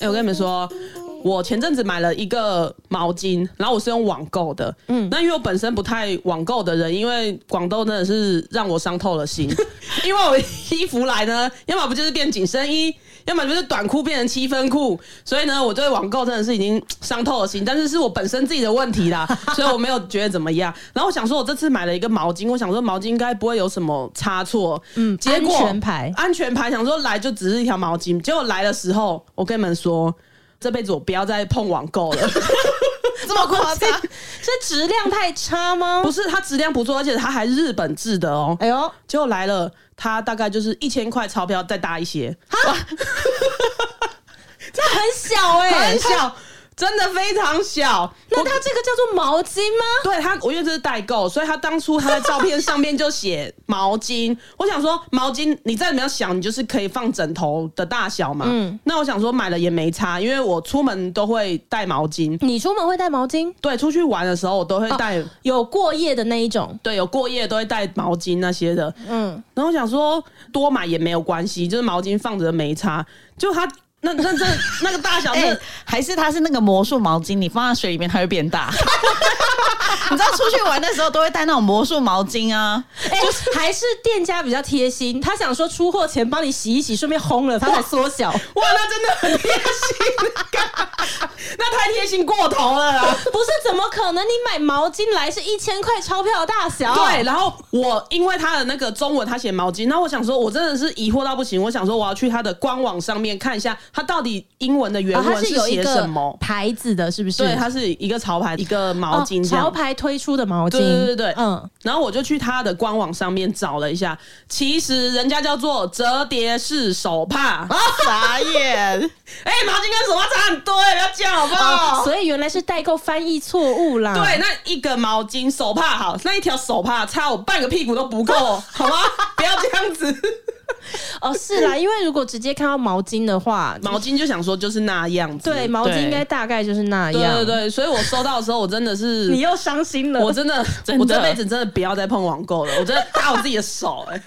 哎、我跟你们说，我前阵子买了一个毛巾，然后我是用网购的。嗯，那因为我本身不太网购的人，因为广东真的是让我伤透了 心，因为我衣服来呢，要么不就是变紧身衣。要么就是短裤变成七分裤，所以呢，我对网购真的是已经伤透了心，但是是我本身自己的问 题啦，所以我没有觉得怎么样。然后我想说，我这次买了一个毛巾，我想说毛巾应该不会有什么差错，嗯，结果安全牌安全牌，想说来就只是一条毛巾，结果来的时候，我跟你们说，这辈子我不要再碰网购 了。这么夸张？ 是质量太差吗不？是它质量不错，而且它还是日本制的哦。哎呦，结果来了，它大概就是一千块钞票再大一些， 这很小哎、很小，真的非常小。那它这个叫做毛巾吗？对他，我因为这是代购，所以他当初他在照片上面就写毛巾。我想说，毛巾你再怎么样想，你就是可以放枕头的大小嘛。嗯，那我想说买了也没差，因为我出门都会带毛巾。你出门会带毛巾？对，出去玩的时候我都会带，有过夜的那一种？对，有过夜都会带毛巾那些的。嗯，然后我想说多买也没有关系，就是毛巾放着没差。就他那那这啊那个大 小哎、是。还是它是那个魔术毛巾，你放在水里面它会变 大。你知道出去玩的时候都会带那种魔术毛巾啊，哎、还是店家比较贴心，他想说出货前帮你洗一洗，顺便烘了，它才 缩小。哇，那真的很贴心， 那太贴心过头了啦！不是，怎么可能？你买毛巾来是一千块钞票的大小？对，，然后我因为他的那个中文他写毛巾，那我想说，我真的是疑惑到不行，我想说我要去他的官网上面看一下，他到底英文的原哦，它文是有一写什么个。牌子的，是不是？对，它是一个潮牌，一个毛巾哦这样。潮牌推出的毛巾，对对对对嗯，然后我就去他的官网上面找了一下，其实人家叫做折叠式手帕。傻眼。哎、毛巾跟手帕差很多，不要这样好不好？哦，所以原来是代购翻译错误啦。对，那一个毛巾手帕好，那一条手帕差我半个屁股都不 够，好吗？不要这样子。哦，是啦，因为如果直接看到毛巾的话，毛巾就想说就是那样子，对毛巾应该大概就是那对样。对对，所以我收到的时候，我真的是，你又伤心了。我真的，真的我这辈子真的不要再碰网购了，我真的打我自己的手、哎，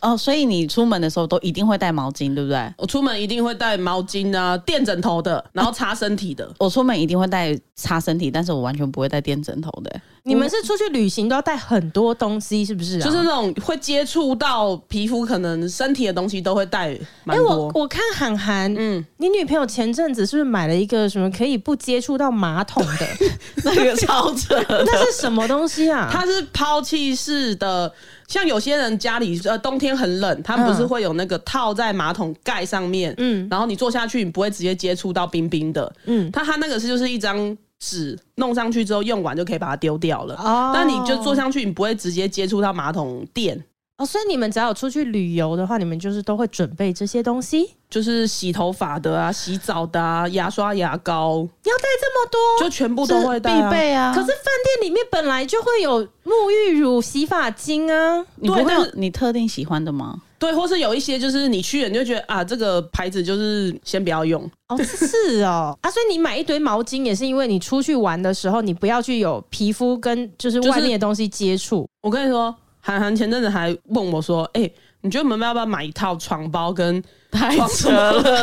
哦，所以你出门的时候都一定会带毛巾，对不对？我出门一定会带毛巾啊，垫枕头的，然后擦身体的。我出门一定会带擦身体，但是我完全不会带垫枕头的、你们是出去旅行都要带很多东西，是不是、啊？就是那种会接触到皮肤，可能身体的东西都会带蛮哎、我多。我看韩寒，嗯嗯，你女朋友前阵子是不是买了一个什么可以不接触到马桶 的？那个超扯的。那是什么东西啊？它是抛弃式的，像有些人家里呃冬天很冷，他们不是会有那个套在马桶盖上面，嗯嗯，然后你坐下去，你不会直接接触到冰冰的，嗯嗯，它它那个是就是一张纸弄上去之后用完就可以把它丢掉了，哦那你就坐上去，你不会直接接触到马桶垫，哦，所以你们只要有出去旅游的话，你们就是都会准备这些东西，就是洗头发的啊、洗澡的啊、牙刷、牙膏，要带这么多。就全部都会带、啊，必。备啊！可是饭店里面本来就会有沐浴乳、洗发精啊。你不会对但有是你特定喜欢的吗？对，或是有一些就是你去了你就觉得啊，这个牌子就是先不要用，哦，是哦， 啊，所以你买一堆毛巾也是因为你出去玩的时候，你不要去有皮肤跟就是就是外面的东西接触。我跟你说，韩寒前阵子还问我说：“哎、你觉得我们要不要买一套床包跟太床扯 了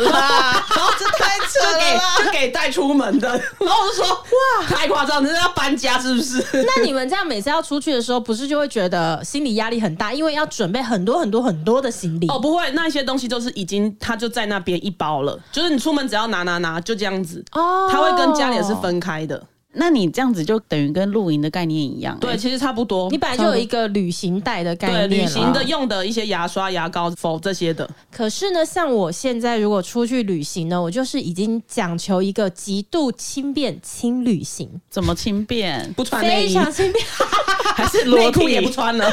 啦！哦这太扯就了啦！给就给带出门 的？”然哦后我就说：“哇，太夸张，你是要搬家是不是那你们这样每次要出去的时候，不是就会觉得心理压力很大，因为要准备很多很多很多的行李？” 哦，不会，那些东西就是已经它就在那边一包了，就是你出门只要拿拿拿，就这样子。哦它会跟家里是分开的，那你这样子就等于跟露营的概念一样、欸。对，，其实差不多。你本来就有一个旅行袋的概对念，啊旅行的。用的一些牙刷、牙膏、否这些的，可是呢，像我现在如果出去旅行呢，我就是已经讲求一个极度轻便轻旅行，怎么轻便？不穿内非衣，常轻便。 还是裸内体裤也不穿 了。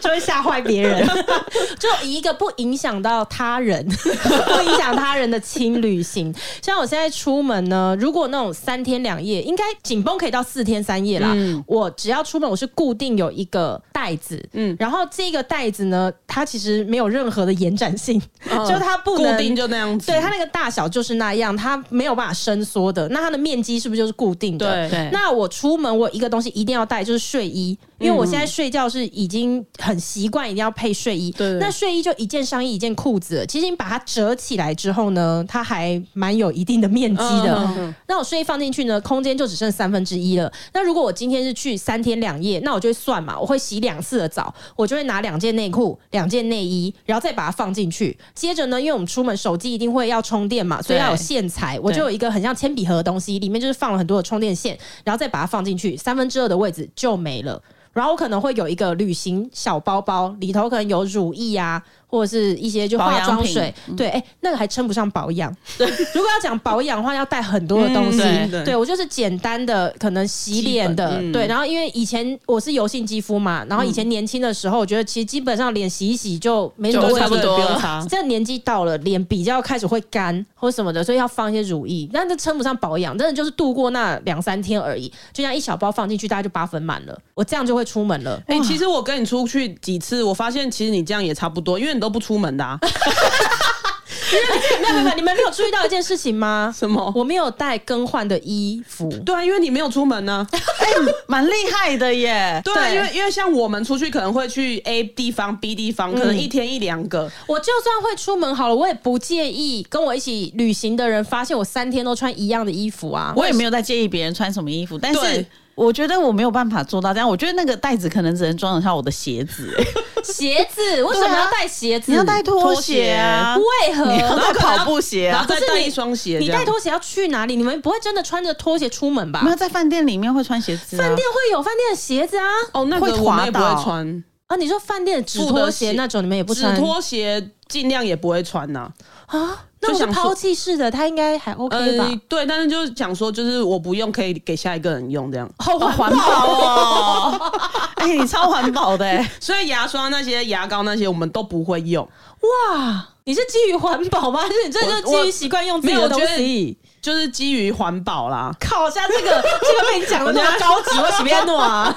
就会吓坏别人， 就以一个不影响到他人、 不影响他人的轻旅行。像我现在出门呢，如果那种三天两夜，应该紧绷可以到四天三夜啦。我只要出门，我是固定有一个袋子，嗯嗯，然后这个袋子呢，它其实没有任何的延展性，嗯 就它不固能定就那样子，对它那个大小就是那样，它没有办法伸缩的。那它的面积是不是就是固定的？对对那我出门，我有一个东西一定要带，就是睡衣。因为我现在睡觉是已经很习惯一定要配睡衣。对那睡衣就一件上衣一件裤子，其实你把它折起来之后呢，它还蛮有一定的面积的。嗯嗯嗯那我睡衣放进去呢，空间就只剩三分之一了。那如果我今天是去三天两夜，那我就会算嘛，我会洗两次的澡，我就会拿两件内裤、两件内衣，然后再把它放进去。接着呢，因为我们出门手机一定会要充电嘛，所以要有线材，我就有一个很像铅笔盒的东西，里面就是放了很多的充电线，然后再把它放进去，三分之二的位置就没了。然后我可能会有一个旅行小包包，里头可能有乳液啊，或者是一些就化妆保水养，嗯对，哎、那个还称不上保养。对，如果要讲保养的话，要带很多的东西。嗯对对我就是简单的，可能洗脸基的，本嗯对。然后因为以前我是油性肌肤嘛，然后以前年轻的时候，我觉得其实基本上脸洗一洗就没什么就问差题不了。多不用擦。这年纪到了，脸比较开始会干或什么的，所以要放一些乳液，但这称不上保养，真的就是度过那两三天而已。就像一小包放进去，大概就八分满了，我这样就会出门了。哎、其实我跟你出去几次，我发现其实你这样也差不多，因为你都不出门的、 啊。没有没有没有，你们没有注意到一件事情吗？什么我没有带更换的衣服。对啊，因为你没有出门呢、蛮厉害的耶。对啊，对因为因为像我们出去可能会去 A 地方、B 地方，可能嗯一天一两个。我就算会出门好了，我也不介意跟我一起旅行的人发现我三天都穿一样的衣服 啊。我也没有在介意别人穿什么衣服，但是对我觉得我没有办法做到这样。我觉得那个袋子可能只能装得下我的鞋 子，欸鞋子为什么啊要带鞋子？你要带拖鞋啊，为何？ 你要带跑步鞋然啊后。再可是带你一双鞋这你样，带拖鞋要去哪里？你们不会真的穿着拖鞋出门吧 没？有在饭店里面会穿鞋子、啊，饭店会有饭店的鞋子啊！哦，那会个我滑们也不会倒穿，啊，你说饭店的纸拖鞋那种，你们也不纸穿拖鞋尽量也不会穿呐、啊？那种就是想说抛弃式的，它应该还 OK 吧？呃，对，但是就是讲说，就是我不用，可以给下一个人用这样。好哦环保哦，哎、你超环 保的、欸，所以牙刷那些、牙膏那些，我们都不会用。哇！你是基于环保吗？还是你这就我基于习惯用自己没有的我觉东得西？就是基于环保啦。靠一下这个，这个被你讲的那么高级，我随便弄 啊。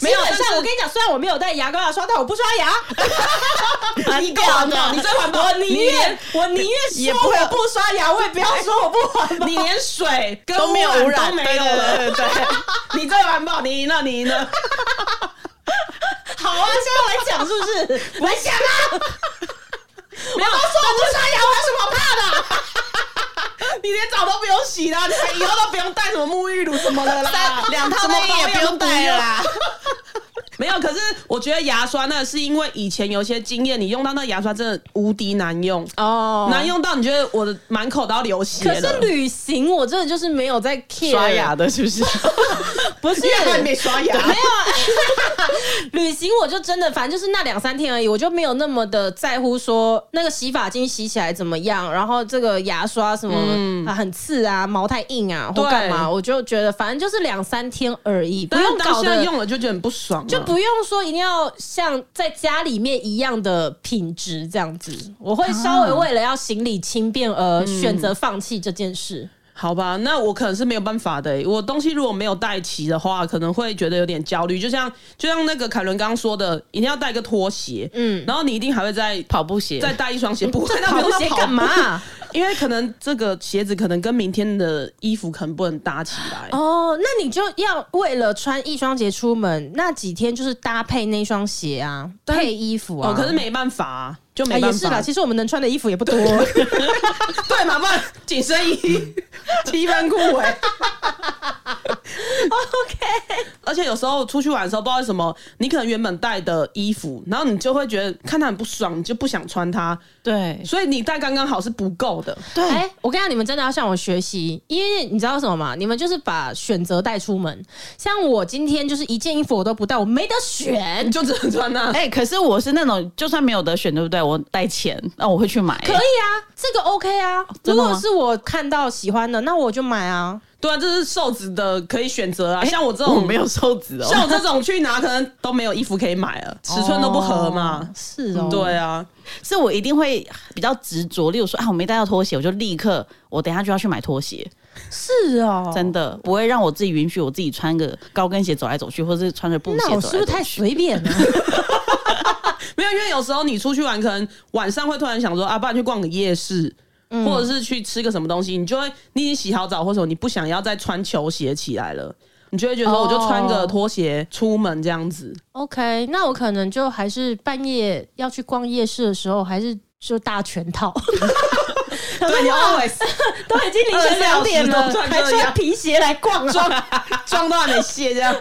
没有基但本上是我跟你讲，虽然我没有带牙膏牙刷，但我不刷牙，你够环保，你最环保，我宁你连愿我宁愿也说不会我不刷牙，我也不要说我不环保。你连水跟都没有污染都没有了，对对你最环保，你赢了，你赢了。 好啊，现在来讲是不 是？来讲啊！没有说我不刷牙，我有什么怕的？你连澡都不用洗啦，你还以后都不用带什么沐浴乳什么的啦，两套内衣也不用带啊了啦。没有，可是我觉得牙刷那是因为以前有些经验，你用到那牙刷真的无敌难用，哦难用到你觉得我的满口都要流血可了。是旅行我真的就是没有在 care 刷牙，的是不 是？不是因为还没刷牙，没有啊，旅行我就真的，反正就是那两三天而已，我就没有那么的在乎说那个洗发精洗起来怎么样，然后这个牙刷什么、嗯啊很刺啊，毛太硬啊或对干嘛，我就觉得反正就是两三天而已，不但用是到搞现在得用了就觉得很不爽啊，就不用说一定要像在家里面一样的品质这样子，我会稍啊微为了要行李轻便而选择放弃这件事。好吧，那我可能是没有办法的欸、我东西如果没有带齐的话，可能会觉得有点焦虑。就像就像那个凯伦刚刚说的，一定要带一个拖鞋，嗯嗯，然后你一定还会再跑步鞋，再带一双鞋，不会，那跑不步用鞋到跑干嘛、啊因为可能这个鞋子可能跟明天的衣服可能不能搭起来。哦，那你就要为了穿一双鞋出门，那几天就是搭配那双鞋啊，但配衣服啊。哦，可是没办法、啊，就啊没也办是法。啦，其实我们能穿的衣服也不多。 对嘛，不然紧身衣、七分裤哎、欸 OK，而且有时候出去玩的时候，不知道为什么，你可能原本带的衣服，然后你就会觉得看它很不爽，你就不想穿它，对所以你带刚刚好是不够的。对、哎、我跟你讲，你们真的要向我学习，因为你知道什么吗？你们就是把选择带出门。像我今天就是一件衣服我都不带，我没得 选你。就只能穿那。哎、可是我是那种就算没有得选，对不对？我带钱，那、我会去买、可以啊，这个 OK 啊。如真的吗果是我看到喜欢的，那我就买啊。对啊，这是瘦子的可以选择啊。像我这哎我种没，有哦瘦子哦，像我这种去哪可能都没有衣服可以买了，尺寸都不合嘛。是哦，对啊，是我一定会比较执着。例如说啊，我没带到拖鞋，我就立刻，我等一下就要去买拖鞋，是哦，真的不会让我自己允许我自己穿个高跟鞋走来走去，或是穿着呃布鞋那走来我走是不是去太随便啊了、没有，因为有时候你出去玩，可能晚上会突然想说啊，不然去逛个夜市。嗯或者是去吃个什么东西，你就会你已经洗好澡或者什么，你不想要再穿球鞋起来了，你就会觉得说，我就穿哦个拖鞋出门这样 子。 OK，那我可能就还是半夜要去逛夜市的时候，还是就大全套，对，你 always 都已经凌晨两点了， 24都穿还这样穿皮鞋来逛啊？撞 撞到你卸这样，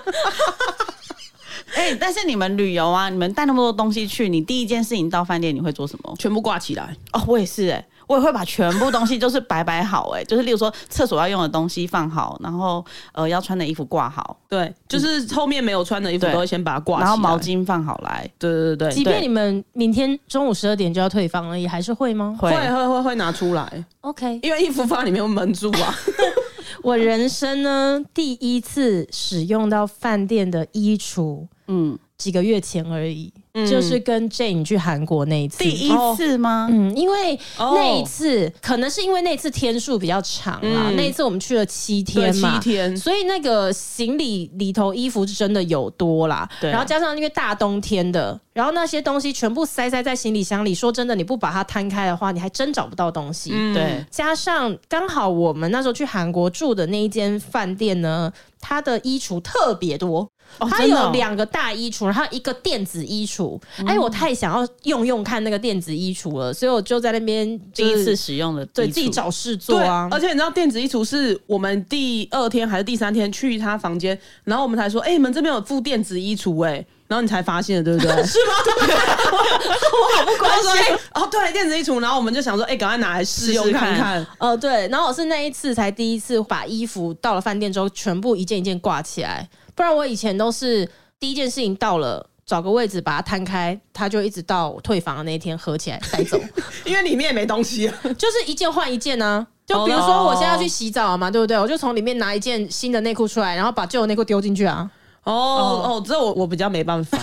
哎、但是你们旅游啊，你们带那么多东西去，你第一件事情到饭店你会做什么？全部挂起来。哦，我也是哎、我也会把全部东西就是摆摆好哎、就是例如说厕所要用的东西放好，然后呃要穿的衣服挂好，对，就是后面没有穿的衣服对都会先把它挂起来，然后毛。巾放好来，对对对即对，便你们明天中午十二点就要退房了，也还是会吗会会会会会拿出来， ？OK，因为衣服放在里面会闷住啊。 我人生呢第一次使用到饭店的衣橱，嗯，几个月前而已，嗯就是跟 Jane 去韩国那一次。第一次吗？嗯，因为哦那一次、可能是因为那次天数比较长啦，嗯那一次我们去了七对，天七 嘛，天，所以那个行李里头衣服是真的有多啦，对啊然后加上因为大冬天的，然后那些东西全部塞塞在行李箱里，说真的，你不把它摊开的话，你还真找不到东西。嗯对，加上刚好我们那时候去韩国住的那一间饭店呢，它的衣橱特别多，哦它真的哦嗯有两个大衣橱，然后一个电子衣橱。哎、我太想要用用看那个电子衣橱了，所以我就在那边、第就是一次使用的衣对橱自己找事做对啊，而且你知道电子衣橱是我们第二天还是第三天去他房间，然后我们才说，哎、你们这边有附电子衣橱哎、然后你才发现的，对不对？ 是吗？我好不关心。哦，对，电子衣橱，然后我们就想说，哎、赶快拿来试用试试看看看。呃，对，然后我是那一次才第一次把衣服到了饭店之后，全部一件一件挂起来，不然我以前都是第一件事情到了。找个位置把它摊开，它就一直到我退房的那一天合起来带走， 因为里面也没东西啊。就是一件换一件呢、就哦比如说我现在要去洗澡嘛，对不对？我就从里面拿一件新的内裤出来，然后把旧的内裤丢进去啊。哦哦，这我我比较没办 法。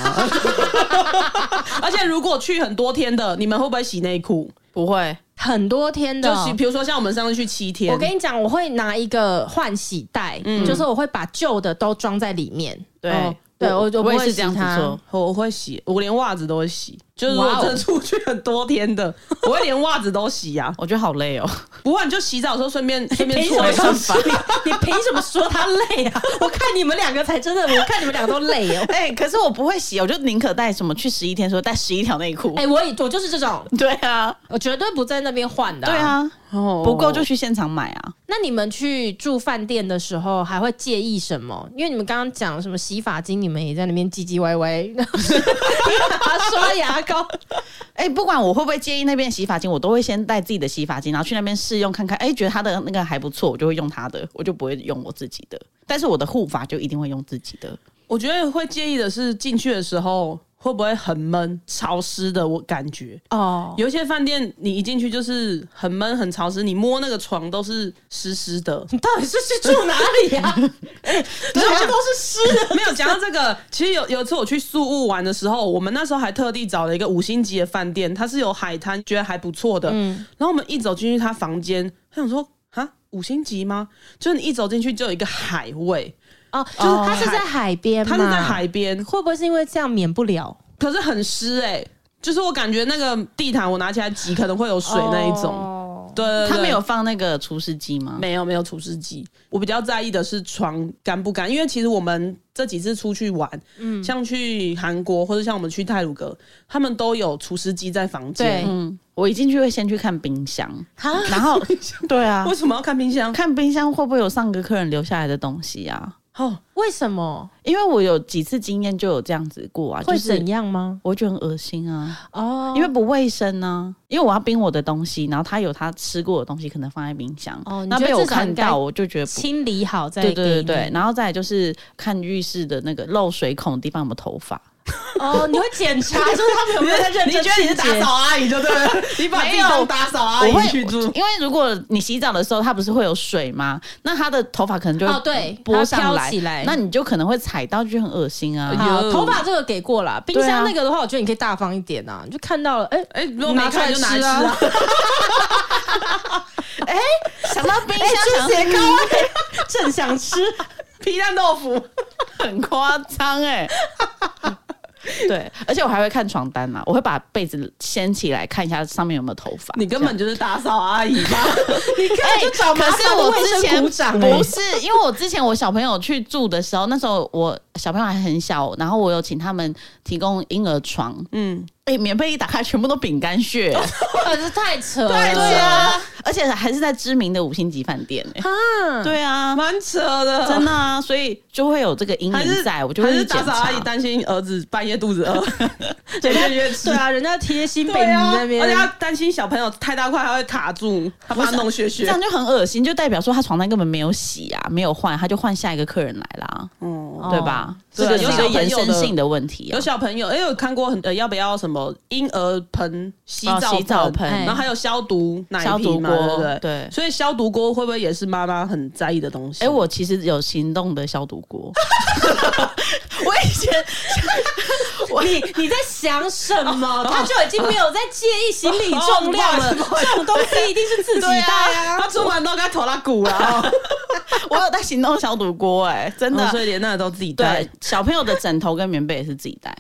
而且如果去很多天的，你们会不会洗内裤？不会，很多天的就哦，洗，比如说像我们上次去七天，我跟你讲，我会拿一个换洗袋，就是我会把旧的都装在里面。嗯对、哦对我就我不也会是这样洗子它做，我会洗，我连袜子都会洗。就是如果哇哦真的出去很多天 的，我会连袜子都洗呀、我觉得好累哦， 不过你就洗澡的时候顺 便顺便凭搓什一下么。说 你？你凭什么说他累啊？ 我看你们两个才真的，我看你们两个都累哦耶。哎、可是我不会洗，我就宁可带什么去十一天的时候带十一条内裤， 哎、我也我就是这种， 对啊，我绝对不在那边换的、对，啊，哦不够就去现场买啊，那你们去住饭店的时候还会介意什么？因为你们刚刚讲什么洗发精，你们也在那边唧唧歪歪， 然后刷牙膏。哎、不管我会不会介意那边洗发精，我都会先带自己的洗发精，然后去那边试用看看。哎、觉得它的那个还不错，我就会用它的，我就不会用我自己的。但是我的护发就一定会用自己的。我觉得会介意的是进去的时候会不会很闷、潮湿的，我感觉。 哦，有一些饭店，你一进去就是很闷、很潮湿，你摸那个床都是湿湿的。 你到底是去住哪 里呀、啊？然后都是湿的。没有讲到这个，其实有有一次我去宿务玩的时候，我们那时候还特地找了一个五星级的饭店，它是有海滩，觉得还不错的。嗯然后我们一走进去他房间，他想说啊，五星级吗？就是你一走进去就有一个海味，哦，就是他是在海边嘛，它是在海边，会不会是因为这样免不了可是很湿哎、就是我感觉那个地毯我拿起来挤可能会有水那一种。哦对对对，他们有放那个除湿机吗？没有没有除湿机，我比较在意的是床干不干，因为其实我们这几次出去玩，嗯，像去韩国或者像我们去泰鲁阁，他们都有除湿机在房对间。嗯，我一进去会先去看冰箱，哈然后对啊为，什么要看冰箱？看冰箱会不会有上个客人留下来的东西啊？哦，为什么因为我有几次经验就有这样子过啊，就会是怎样吗？我觉得很恶心啊，哦，因为不卫生呢、因为我要冰我的东西，然后他有他吃过的东西，可能放在冰箱，哦你那觉得被我至少看应该到，我就觉得不清理好再对对对给对 你，然后再来就是看浴室的那个漏水孔的地方有没有头发，哦，你会检查，就是他们有没有在认你觉真得你是打清洁扫阿姨就对了，你把自己没有当打扫阿啊我会姨去住。因为如果你洗澡的时候它不是会有水吗？那它的头发可能就会哦，对，拨它上飘来，起来。那你就可能会踩到，就很恶心啊。 好，呦头发这个给过啦，冰对啊箱那个的话，我觉得你可以大方一点啊，你就看到了，哎、哎，如果没拿出来看就拿来吃吃啊 啊！想到冰啊箱，想血糕、哎 正想吃，皮蛋豆腐，很夸张哎。对，而且我还会看床单啊嘛，我会把被子掀起来看一下上面有没有头发。你根本就是打扫阿姨吧？你看就找麻哎可是烦的我卫生之前股长欸不是，因为我之前我小朋友去住的时候，那时候我小朋友还很小，然后我有请他们提供婴儿床， 嗯，哎、棉被一打开全部都饼干屑，啊， 这太扯了，对啊，而且还是在知名的五星级饭店、欸，啊，对啊。蛮扯的，真的啊，所以就会有这个阴还是影在，我就还会是去打检扫阿查姨。担心儿子半夜肚子饿，人家越啊对啊，人家贴心被你那边，而且他担心小朋友太大块，他会卡住，他怕弄血这血样。就很恶心，就代表说他床单根本没有洗啊，没有换，他就换下一个客人来啦，嗯，哦对啊吧？对这个是一个有小朋延友的伸性的问题啊有。小朋友，哎，有看过很呃，要不要什么婴儿盆、洗哦澡洗澡盆，盆然后还有消毒奶消瓶毒嘛，锅，对不对？对。所以消毒锅会不会也是妈妈很在意的东西？哎、我其实有行动的消毒锅， 我以前你你在想什么？他就已经没有在介意行李重量了， 哦不好意思这种东西一定是自己对带啊。啊，他出门都该头拉骨了，我有带行动消毒锅，哎，真的。哦所以连那个都自己带对。，小朋友的枕头跟棉被也是自己带。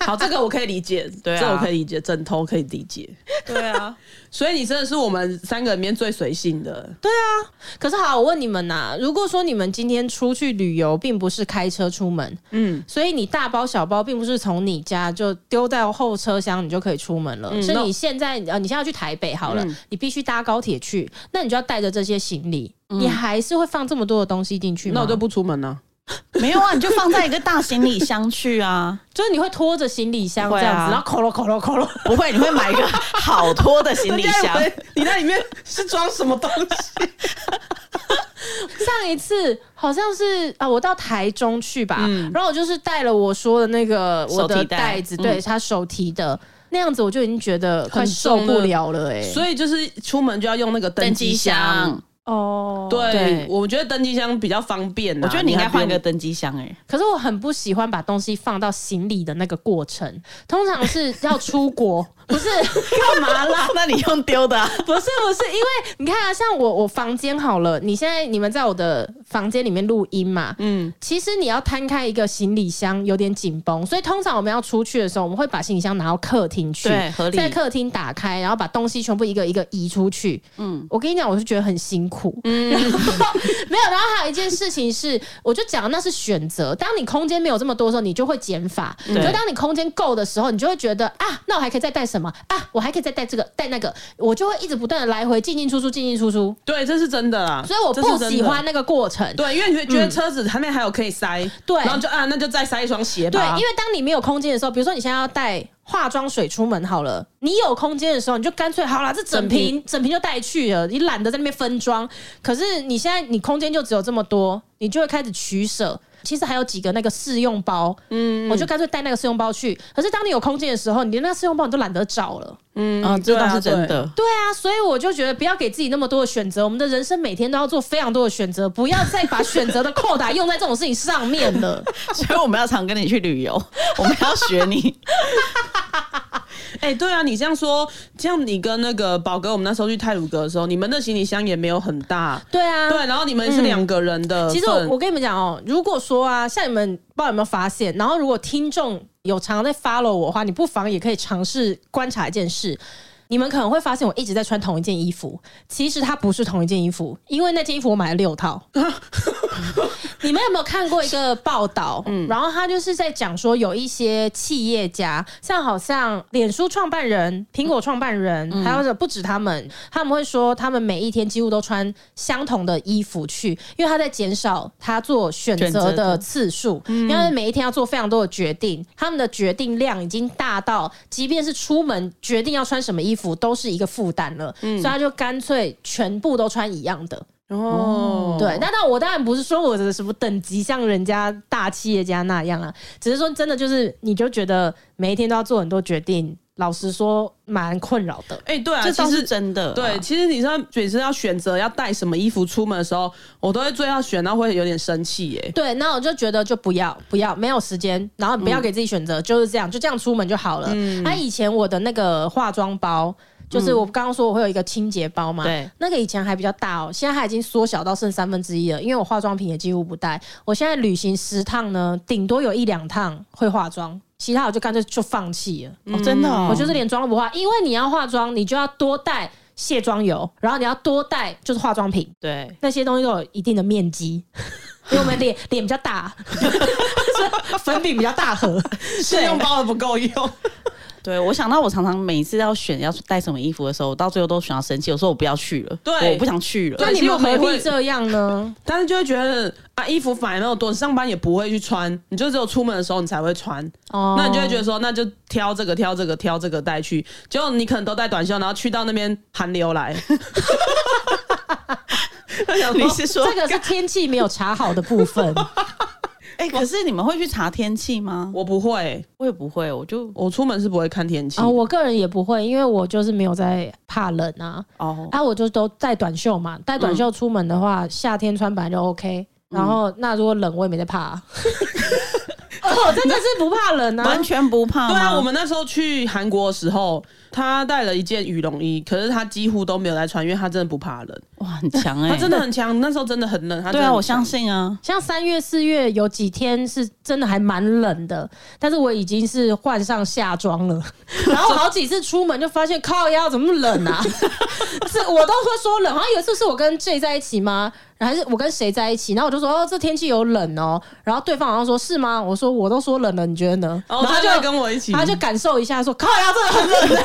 好，这个我可以理解，对啊这我可以理解，枕头可以理解。对啊，所以你真的是我们三个里面最随性的，可是好，我问你们呐、如果说你们今天出去旅游，并不是开车出门，嗯，所以你大包小包并不是从你家就丢到后车厢，你就可以出门了。嗯是那你现在呃，你现在要去台北好了，嗯你必须搭高铁去，那你就要带着这些行李，你还是会放这么多的东西进去吗？嗯那我就不出门了。没有啊，你就放在一个大行李箱去啊，就是你会拖着行李箱这会啊样子，然后扣咯扣咯扣咯，不会，你会买一个好拖的行 李箱人家以。为啊你那里面 是装什么东西？ 上一次好像是啊，我到台中去吧，嗯然后我就是带了我说的那个我手的提袋袋子，对，嗯他手提的那样子，我就已经觉得快很受重了不了了、欸，哎，所以就是出门就要用那个登机机箱，，哦，对，对我觉得登机箱比较方便啊、我觉得你应该还不换用一个。登机箱 哎、可是我很不喜欢把东西放到行李的那个过程，通常是要出国，不是干嘛啦？那你用丢的、啊， 不是不是，因为你看啊，像我我房间好了，你现在你们在我的房间里面录音嘛，嗯，其实你要摊开一个行李箱有点紧绷，所以通常我们要出去的时候，我们会把行李箱拿到客厅去，对合理在客厅打开，然后把东西全部一个一个移出去。嗯，我跟你讲，我就觉得很辛苦。嗯， 没有。然后还有一件事情是，我就讲那是选择。当你空间没有这么多的时候，你就会减法。可对是当你空间够的时候，你就会觉得啊，那我还可以再带什么啊？我还可以再带这个带那个，我就会一直不断的来回进进出出进进出出。对，这是真的啦。所以我这是不真的喜欢。那个过程。对，因为你会觉得车子旁边还有可以塞，对然后就啊，那就再塞一双鞋对，吧。因为当你没有空间的时候，比如说你现在要带化妆水出门好了，你有空间的时候，你就干脆好了，这整瓶整瓶就带去了，你懒得在那边分装。可是你现在你空间就只有这么多，你就会开始取舍。其实还有几个那个试用包，嗯，我就干脆带那个试用包去。可是当你有空间的时候，你连那个试用包你都懒得找了。嗯啊，这倒是真。对啊的。对啊，所以我就觉得不要给自己那么多的选择，我们的人生每天都要做非常多的选择，不要再把选择的扣打用在这种事情上面 了。所以我们要常跟你去旅游，我们要学 你。对哎、对啊，你这样说，这样你跟那个宝哥，我们那时候去泰鲁阁的时候，你们的行李箱也没有很大，对啊，对，然后你们是两个人的份、嗯其实我我跟你们讲哦，如果说啊，像你们不知道有没有发现，然后如果听众有常常在 follow 我的话，你不妨也可以尝试观察一件事。你们可能会发现我一直在穿同一件衣服，其实它不是同一件衣服，因为那件衣服我买了六套。 你们有没有看过一个报道？然后他就是在讲说，有一些企业家，像好像脸书创办人、苹果创办人，还有者不止他们，他们会说他们每一天几乎都穿相同的衣服去，因为他在减少他做选选择的择嗯的次数，因为每一天要做非常多的决定，他们的决定量已经大到，即便是出门决定要穿什么衣服都是一个负担了，所以他就干脆全部都穿一样的。哦，对，那那我当然不是说我的什么等级像人家大企业家那样啊，只是说真的就是，你就觉得每一天都要做很多决定，老实说蛮困扰的。哎、对啊， 这其倒实是真的啊、对，其实你知道，每次要选择要带什么衣服出门的时候，我都会最要选到会有点生气耶、对，那我就觉得就不要不要，没有时间，然后不嗯要给自己选择，就是这样，就这样出门就好了。那、以前我的那个化妆包，就是我刚刚说我会有一个清洁包嘛，嗯对，那个以前还比较大哦，现在它已经缩小到剩三分之一了，因为我化妆品也几乎不带。我现在旅行十趟呢，顶多有一两趟会化妆，其他我就干脆就放弃了。哦，真的哦，我就是连妆都不化，因为你要化妆，你就要多带卸妆油，然后你要多带就是化妆品，对， 那些东西都有一定的面积，因为我们脸脸比较大，所以粉饼比较大盒，试用包的不够用， 对，我想到我常常每次要选要带什么衣服的时候，我到最后都想要生气，我说我不要去了，对我不想去了。对 那你其实我们们何也必会这样呢？但是就会觉得啊，衣服反而那么多，你上班也不会去穿，你就只有出门的时候你才会穿。哦那你就会觉得说，那就挑这个挑这个挑这个带去，结果你可能都带短袖，然后去到那边寒流来。他想你说，是说，这个是天气没有查好的部分，哎、可是你们会去查天气吗？我不会、我也不会，我就我出门是不会看天气。啊、我个人也不会，因为我就是没有在怕冷啊，哦，啊，我就都带短袖嘛，带短袖出门的话，夏天穿本来就 OK，然后那如果冷我也没在怕、啊，我真的是不怕冷啊完，全不怕吗。对啊，我们那时候去韩国的时候，他带了一件羽绒衣，可是他几乎都没有在穿，因为他真的不怕冷，哇，很强哎、他 真的很强。那时候真的很冷，他对真的啊，很我强相。信啊。像三月、四月有几天是真的还蛮冷的，但是我已经是换上夏装了。然后好几次出门就发现靠腰怎么那么冷啊？ 是我都会说冷。好像有一次是我跟 J 在一起吗？还是我跟谁在一起？然后我就说哦，这天气有冷哦。然后对方好像说是吗？我说我都说冷了，你觉得呢？然后他哦他就会跟我一起，他就感受一下说靠腰真的很冷。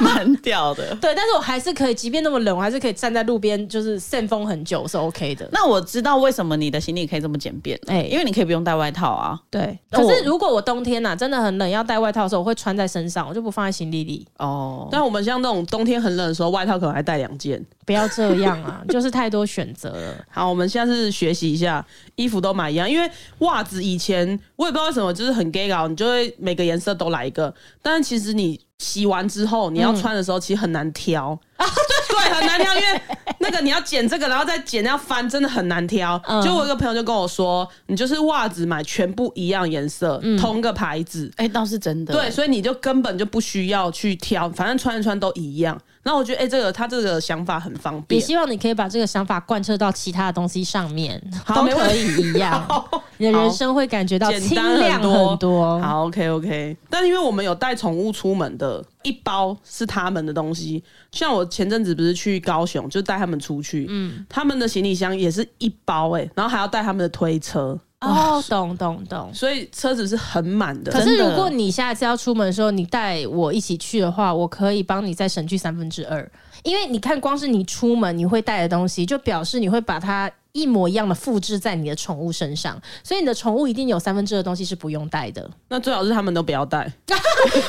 蛮屌的。对，但是我还是可以，即便那么冷，我还是可以站在路边就是扇风很久是 OK 的。那我知道为什么你的行李可以这么简便，哎、哎因为你可以不用带外套啊。对，那可我是如果我冬天呐、真的很冷，要带外套的时候，我会穿在身上，我就不放在行李里。哦，但我们像那种冬天很冷的时候，外套可能还带两件。不要这样 啊，就是太多选择了。好，我们下次学习一下，衣服都买一样，因为袜子以前我也不知道为什么，就是很 gay 搞，你就会每个颜色都来一个，但是其实你洗完之后，你要穿的时候其实很难挑。 对，很难挑，因为那个你要剪这个，然后再剪要翻，真的很难挑。嗯就我有一个朋友就跟我说，你就是袜子买全部一样颜色，嗯同个牌子，哎、倒是真的。对，所以你就根本就不需要去挑，反正穿一穿都一样。那我觉得，哎、这个他这个想法很方也便，希望你可以把这个想法贯彻到其他的东西上面，好都没问可题以一 样，你的人生会感觉到简清单很亮多很多。好，OK OK。但因为我们有带宠物出门的，一包是他们的东西。像我前阵子不是去高雄，就带他们出去，嗯，他们的行李箱也是一包哎、然后还要带他们的推车，哦，懂懂懂。所以车子是很满的。可真是的如果你下一次要出门的时候，你带我一起去的话，我可以帮你再省去三分之二，因为你看，光是你出门你会带的东西，就表示你会把它一模一样的复制在你的宠物身上，所以你的宠物一定有三分之二的东西是不用带 的，那最好是他们都不要带。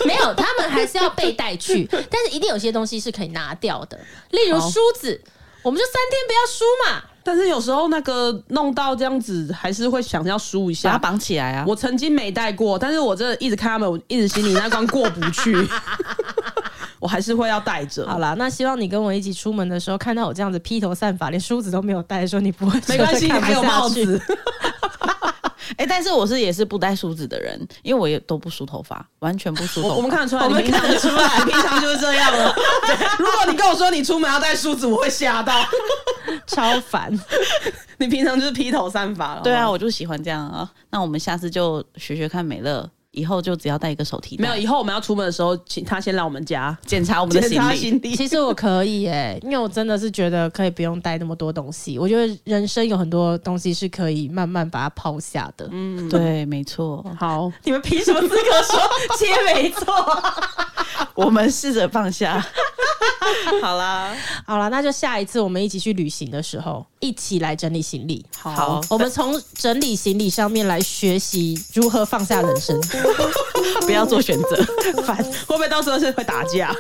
没有，他们还是要被带去，但是一定有些东西是可以拿掉的，例 如好梳子，我们就三天不要梳嘛。但是有时候那个弄到这样子，还是会想要输一把它下。绑起来啊。我曾经没带过，但是我真的一直看他们，我一直心里那关过不 去，我还是会要带着。好啦，那希望你跟我一起出门的时候，看到我这样子披头散发，连梳子都没有带的时候，你不会没关系，觉得看不还有下帽去子。哎、但是我是也是不戴梳子的人，因为我也都不梳头发，完全不梳头发。我我们看得出来，我们你平常看得出来， 平常就是这样 了。如果你跟我说你出门要带梳子，我会吓到。超烦。你平常就是披头散发了。哦对啊，好不好，我就喜欢这样啊。那我们下次就学学看美乐，以后就只要带一个手提没袋，有。以后我们要出门的时候，请他先来我们家检查我们的检行查李。行李。其实我可以哎、因为我真的是觉得可以不用带那么多东西。我觉得人生有很多东西是可以慢慢把它抛下的。嗯，对，没错，好，你们凭什么资格说切 没错？我们试着放下。好啦，好了，那就下一次我们一起去旅行的时候，一起来整理行李。好我们从整理行李上面来学习如何放下人生。 不要做选择。烦，会不会到时候是会打架？